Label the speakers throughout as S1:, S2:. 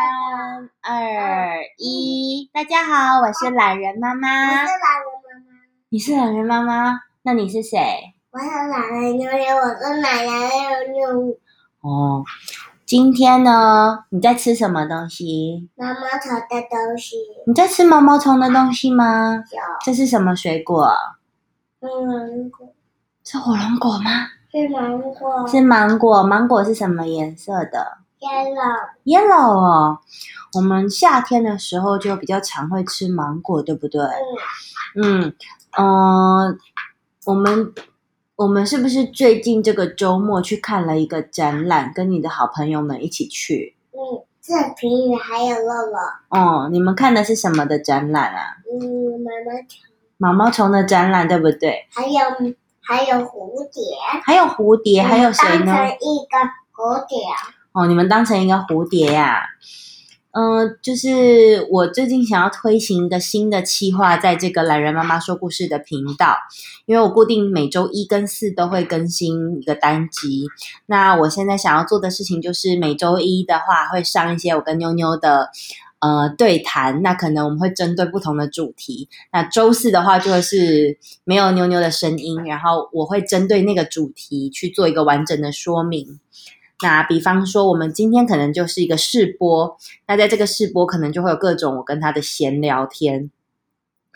S1: 三二一，大家好，我是懒人妈
S2: 我是
S1: 妈
S2: 懒。人妈妈，
S1: 你是懒人妈妈？那你是谁？
S2: 我是懒人妞妞，我跟奶奶有任务。
S1: 哦，今天呢？你在吃什么东西？
S2: 妈妈炒的东西
S1: 你在吃毛毛虫的东西吗？
S2: 有
S1: 这是什么水果？
S2: 芒果，
S1: 是火龙果吗？
S2: 是嗯芒果，
S1: 是芒果。芒果是什么颜色的
S2: yellow，
S1: ？Yellow 哦。我们夏天的时候就比较常会吃芒果，对不对？
S2: 嗯，
S1: 嗯，呃，我们我们是不是最近这个周末去看了一个展览，跟你的好朋友们一起去？
S2: 嗯，这平语还有肉肉，
S1: 哦，你们看的是什么的展览啊？
S2: 嗯，妈妈炒，
S1: 毛毛虫的展览，对不对？
S2: 还有还有蝴蝶，
S1: 还有蝴蝶，还有谁
S2: 当
S1: 呢
S2: 成？一个蝴蝶，
S1: 哦，你们当成一个蝴蝶呀、嗯、就是我最近想要推行一个新的企划，在这个懒人妈妈说故事的频道，因为我固定每周一跟四都会更新一个单集。那我现在想要做的事情就是每周一的话会上一些我跟妞妞的。呃，对谈，那可能我们会针对不同的主题。那周四的话就会是没有妞妞的声音，然后我会针对那个主题去做一个完整的说明。那比方说，我们今天可能就是一个试播，那在这个试播可能就会有各种我跟他的闲聊天。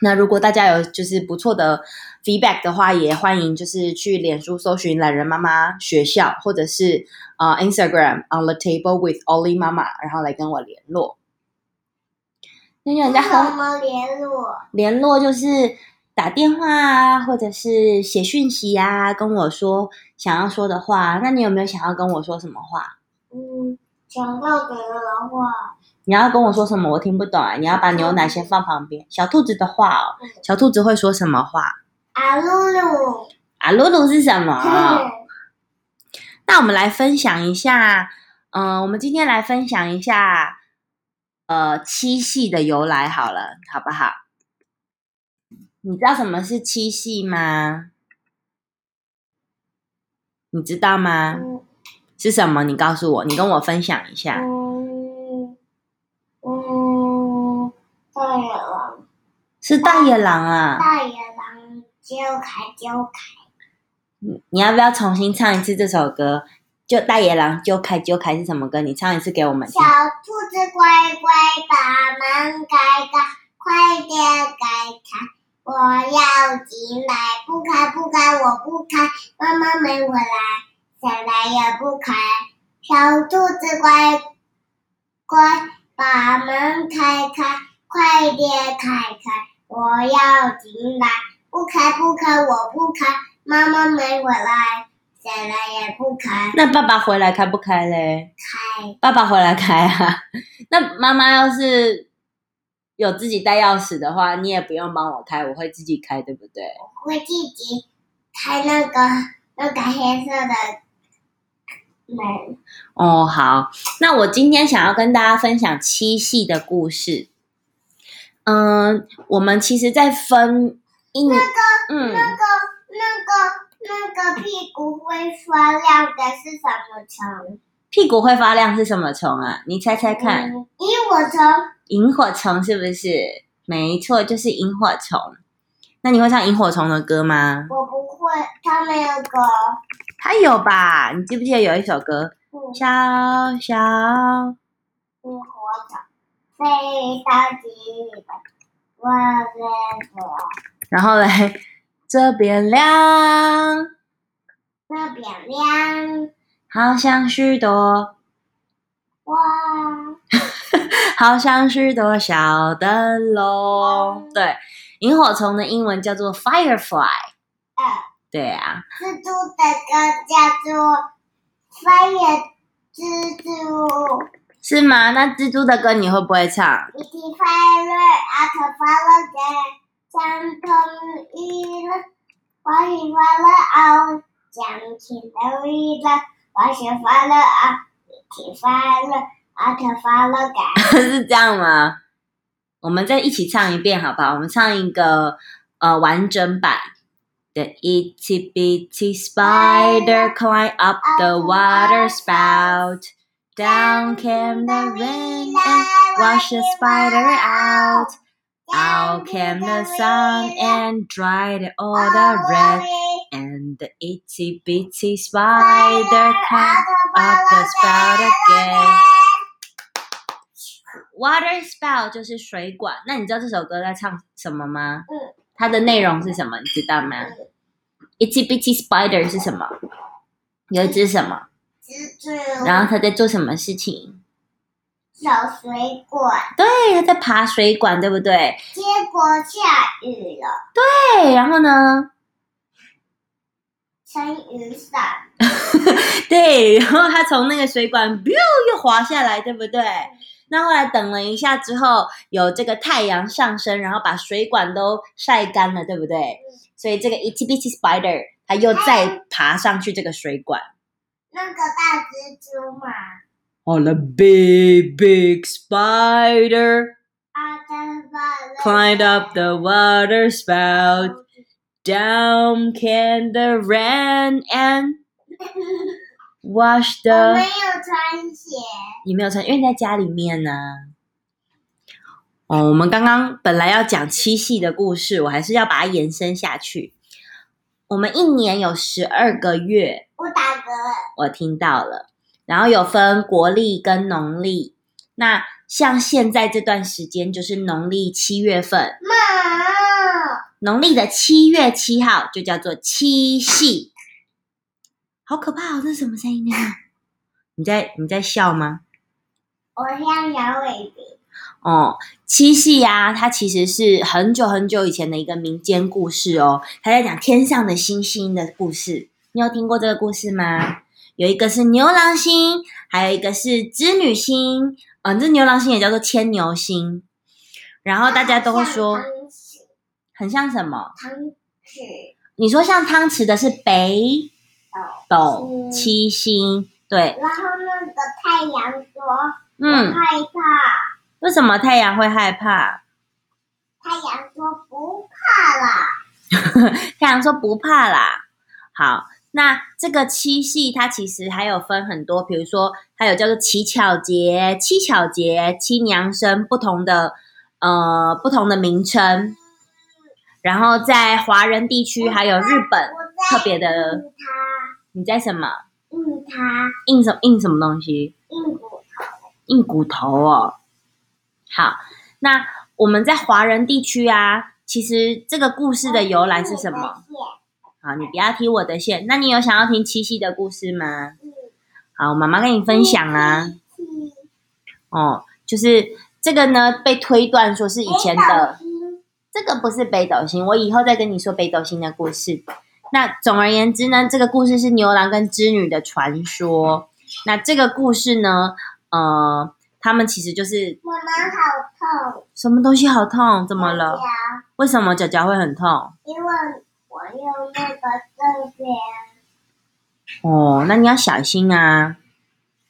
S1: 那如果大家有就是不错的 feedback 的话，也欢迎就是去脸书搜寻“懒人妈妈学校”或者是呃 Instagram on the table with Oli 妈妈，然后来跟我联络。那人家很
S2: 怎么联络？
S1: 联络就是打电话啊，或者是写讯息啊，跟我说想要说的话。那你有没有想要跟我说什么话？
S2: 嗯，想到给的话，
S1: 你要跟我说什么？我听不懂啊！你要把牛奶先放旁边。小兔子的话哦，小兔子会说什么话？
S2: 啊露露，
S1: 啊，露露是什 么？
S2: 嗯
S1: 那我们来分享一下，嗯、我们今天来分享一下，呃，七系的由来好了，好不好？你知道什么是七系吗？你知道吗？
S2: 嗯。
S1: 是什么？你告诉我，你跟我分享一下。
S2: 嗯嗯，大野狼，
S1: 是大野狼啊！
S2: 大野狼就开就开，
S1: 你要不要重新唱一次这首歌？就大野狼揪开揪开是什么歌？你唱一次给我们
S2: 小
S1: 听。
S2: 兔子乖乖把门开开，快点开开，我要进来，不开不开我不开，妈妈没我来，谁来也不开。小兔子乖乖把门开开，快点开开，我要进来，不开不开我不开，妈妈没我来，谁来也不开，
S1: 那爸爸回来开不开嘞？
S2: 开
S1: 爸爸回来开啊。 那妈妈要是有自己带钥匙的话，你也不用帮我开，我会自己开，对不对？
S2: 会自己开那个那个黑色的门，
S1: 哦，好，那我今天想要跟大家分享七系的故事。嗯，我们其实，在分一
S2: 那个
S1: 嗯
S2: 那个那个那个屁股会发亮的是什么虫？
S1: 屁股会发亮是什么虫啊？你猜猜看，
S2: 嗯，萤火虫。
S1: 萤火虫是不是？没错，就是萤火虫。那你会唱萤火虫的歌吗？
S2: 我不会，它没有狗。
S1: 它有吧？你记不记得有一首歌
S2: 不
S1: 小小
S2: 萤火虫飞到极北，我飞过
S1: 然后嘞，这边亮，
S2: 那边亮。
S1: 好像许多，
S2: 哇，
S1: 好像许多小灯笼。
S2: 嗯
S1: 对，萤火虫的英文叫做 firefly。
S2: 呃，
S1: 对啊，
S2: 蜘蛛的歌叫做《翻野蜘蛛》。
S1: 是吗？那蜘蛛的歌你会不会唱？
S2: 一起快乐啊，可快乐的相同娱乐，我喜欢乐啊，讲起的娱乐，我喜欢乐啊，一起快乐啊，可快 乐感。
S1: 是这样吗？我们再一起唱一遍好不好？我们唱一个呃完整版。The itty bitty spider climbed up the water spout. Down came the rain wash the spider out. Out came the sun and dried all the red. And the itty bitty spider came up the spout again. Water spout 就是水管。那你知道这首歌在唱什么吗？
S2: 嗯，
S1: 它的内容是什么？你知道吗？Itty bitty spider 是什么？有一只什么？
S2: 蜘蛛，
S1: 然后它在做什么事情？
S2: 小水果，
S1: 对，它在爬水管，对不对？
S2: 结果下雨了，
S1: 对，然后呢？
S2: 撑雨伞，
S1: 对，然后它从那个水管 biu 又滑下来，对不对？那后来等了一下之后，有这个太阳上升，然后把水管都晒干了，对不对？所以这个 itty bitty spider 它又再爬上去这个水管。
S2: 那个大蜘蛛嘛，
S1: On a Oh, big big spider
S2: 啊，真棒
S1: climbed up the water spout. Down can the rain and
S2: 我
S1: wash
S2: 没
S1: the。
S2: 有穿鞋，
S1: 你没有穿，因为你在家里面呢、哦，我们刚刚本来要讲七夕的故事，我还是要把它延伸下去。我们一年有十二个月，
S2: 我打嗝了，
S1: 我听到了，然后有分国历跟农历。那像现在这段时间就是农历七月份，
S2: 妈，
S1: 农历的七月七号就叫做七夕，好可怕哦！这是什么声音啊？你在你在笑吗？
S2: 我像摇尾鱼，
S1: 哦，七夕啊，它其实是很久很久以前的一个民间故事哦。它在讲天上的星星的故事，你有听过这个故事吗？有一个是牛郎星，还有一个是织女星，嗯、这牛郎星也叫做牵牛星。然后大家都会说
S2: 像汤匙，
S1: 很像什么？
S2: 汤匙，
S1: 你说像汤匙的是北斗
S2: 嗯
S1: 七星，对，
S2: 然后那个太阳说，我
S1: 嗯，
S2: 害怕，
S1: 为什么太阳会害怕？
S2: 太阳说不怕啦，
S1: 太阳说不怕啦。好，那这个七夕它其实还有分很多，比如说还有叫做乞巧节、七巧节、七娘生不同的呃不同的名称。然后在华人地区还有日本，
S2: 我在
S1: 特别的
S2: 印它，
S1: 你在什么
S2: 印它，
S1: 印什印什么东西？
S2: 印不
S1: 硬骨头哦。好，那我们在华人地区啊，其实这个故事的由来是什么？？好，你不要提我的线。那你有想要听七夕的故事吗？
S2: 嗯
S1: 好，妈妈跟你分享啊。
S2: 嗯
S1: 哦，就是这个呢，被推断说是以前的，这个不是北斗星，我以后再跟你说北斗星的故事。那总而言之呢，这个故事是牛郎跟织女的传说。那这个故事呢，呃，他们其实就是
S2: 妈妈好痛，
S1: 什么东西好痛？怎么了？
S2: 脚脚
S1: 为什么脚脚会很痛？
S2: 因为我用那个正片，
S1: 哦，那你要小心啊！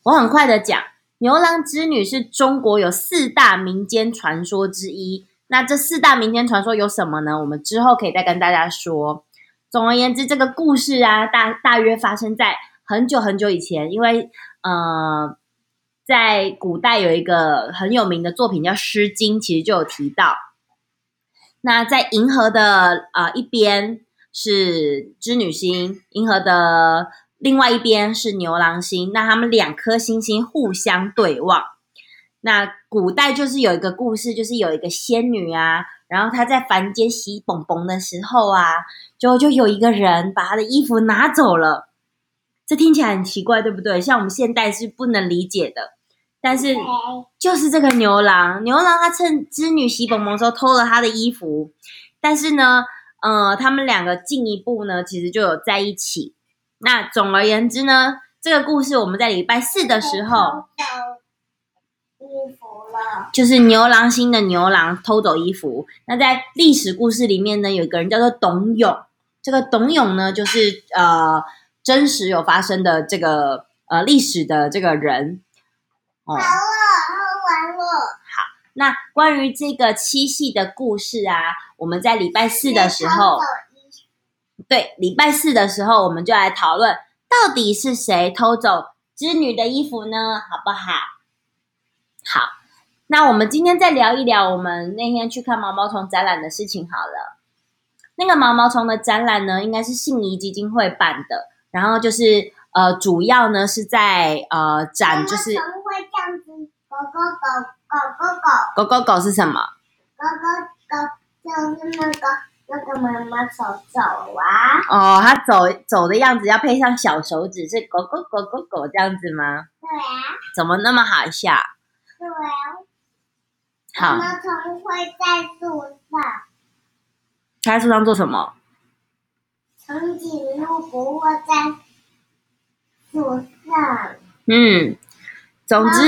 S1: 我很快的讲，牛郎织女是中国有四大民间传说之一。那这四大民间传说有什么呢？我们之后可以再跟大家说。总而言之，这个故事啊，大大约发生在很久很久以前，因为呃，在古代有一个很有名的作品叫《诗经》，其实就有提到。那在银河的呃一边是织女星，银河的另外一边是牛郎星。那他们两颗星星互相对望。那古代就是有一个故事，就是有一个仙女啊，然后她在凡间洗蹦蹦的时候啊，就就有一个人把她的衣服拿走了。这听起来很奇怪，对不对？像我们现代是不能理解的。但是就是这个牛郎，牛郎他趁织女洗蓬蓬的时候偷了她的衣服，但是呢，呃，他们两个进一步呢，其实就有在一起。那总而言之呢，这个故事我们在礼拜四的时候，
S2: 衣服了，
S1: 就是牛郎星的牛郎偷走衣服。那在历史故事里面呢，有一个人叫做董永，这个董永呢，就是呃真实有发生的这个呃历史的这个人。哦
S2: 好了，喝完了。
S1: 那关于这个七夕的故事啊，我们在礼拜四的时候，对，礼拜四的时候，我们就来讨论到底是谁偷走织女的衣服呢？好不好？好，那我们今天再聊一聊我们那天去看毛毛虫展览的事情好了。那个毛毛虫的展览呢，应该是信谊基金会办的，然后就是呃，主要呢是在呃展，就是
S2: 妈妈怎么会这样子？狗狗狗狗狗狗
S1: 狗狗狗是什么？
S2: 狗狗狗，就是那个那个妈妈手手啊，
S1: 哦，它走走的样子要配上小手指，是狗狗狗狗狗这样子吗？
S2: 对啊
S1: 怎么那么好笑？
S2: 对啊。
S1: 好
S2: 毛，毛虫会在树上，
S1: 它在树上做什么？
S2: 长颈鹿不会在树上。
S1: 嗯，总之，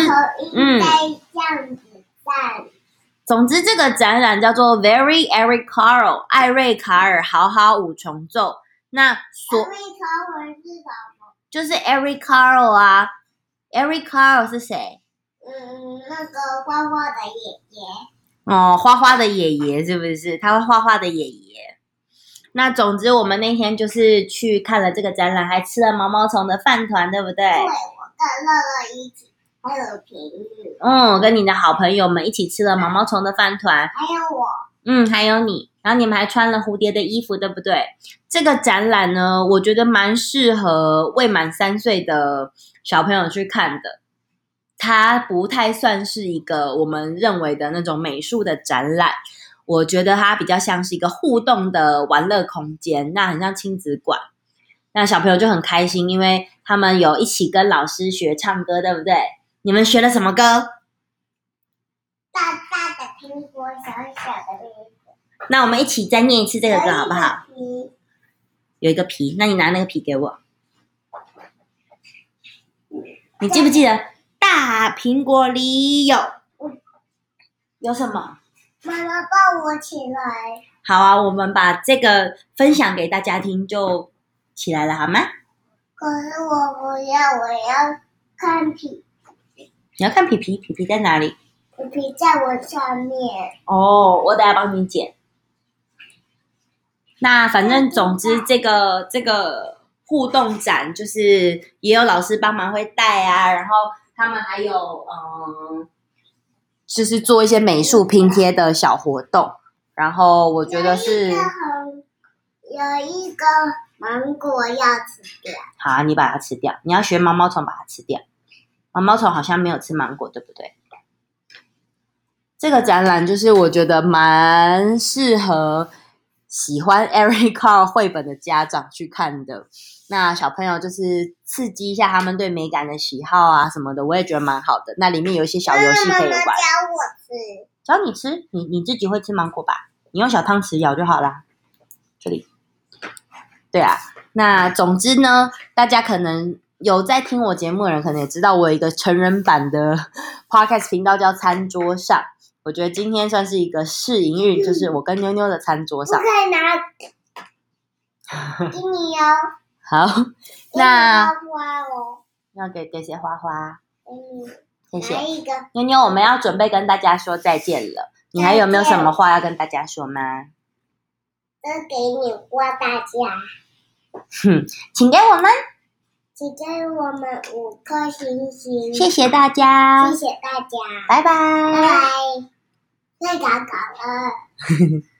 S1: 嗯
S2: 猫头鹰在这样子站，
S1: 总之，这个展览叫做 Very Eric Carl 艾瑞卡尔好好五重奏。那
S2: 所
S1: 所
S2: 谓头文是什么？
S1: 就是 Eric Carl 啊，Eric Carl 是谁？
S2: 嗯，那个画画的爷爷，
S1: 哦，花花的爷爷是不是？他会画画的爷爷。那总之，我们那天就是去看了这个展览，还吃了毛毛虫的饭团，对不对？
S2: 对我跟乐乐一起，还有平日，
S1: 嗯，我跟你的好朋友们一起吃了毛毛虫的饭团，
S2: 还有我，
S1: 嗯，还有你，然后你们还穿了蝴蝶的衣服，对不对？这个展览呢，我觉得蛮适合未满三岁的小朋友去看的。它不太算是一个我们认为的那种美术的展览，我觉得它比较像是一个互动的玩乐空间，那很像亲子馆。那小朋友就很开心，因为他们有一起跟老师学唱歌，对不对？你们学了什么歌？
S2: 大大的苹果，小小的苹果，
S1: 那我们一起再念一次这个歌好不好？
S2: 你
S1: 有一个皮，那你拿那个皮给我。你记不记得大苹果里有有什么？
S2: 妈妈抱我起来，
S1: 好啊，我们把这个分享给大家听，就起来了好吗？
S2: 可是我不要，我要看皮
S1: 你要看皮皮，皮皮在哪里？
S2: 皮在我上面，
S1: 哦，我等下帮你剪。那反正总之，这个这个互动展就是也有老师帮忙会带啊，然后他们还有嗯，就是做一些美术拼贴的小活动。然后我觉得
S2: 有
S1: 是
S2: 一个很有一个芒果要吃掉。
S1: 好啊，你把它吃掉。你要学毛毛虫把它吃掉。毛毛虫好像没有吃芒果，对不对？这个展览就是我觉得蛮适合喜欢 Eric Carle 绘本的家长去看的。那小朋友就是刺激一下他们对美感的喜好啊什么的，我也觉得蛮好的。那里面有一些小游戏可以玩
S2: 妈妈。教我吃，
S1: 只要你吃，你你自己会吃芒果吧？你用小汤匙舀就好啦。这里，对啊。那总之呢，大家可能有在听我节目的人，可能也知道我有一个成人版的 podcast 频道叫“餐桌上”。我觉得今天算是一个试营运，就是我跟妞妞的餐桌
S2: 不
S1: 上
S2: 可。以拿给你哦，
S1: 好，
S2: 给你
S1: 那
S2: 花花哦，
S1: 要给给谁花花？
S2: 给你
S1: 谢谢
S2: 拿一个，
S1: 妞妞，我们要准备跟大家说再见了。你还有没有什么话要跟大家说吗？
S2: 都给你花大家，
S1: 哼，请给我们，
S2: 请给我们五颗星星，
S1: 谢啊谢大家
S2: 谢，谢大家，
S1: 拜
S2: 拜
S1: 拜
S2: 拜，再搞搞了。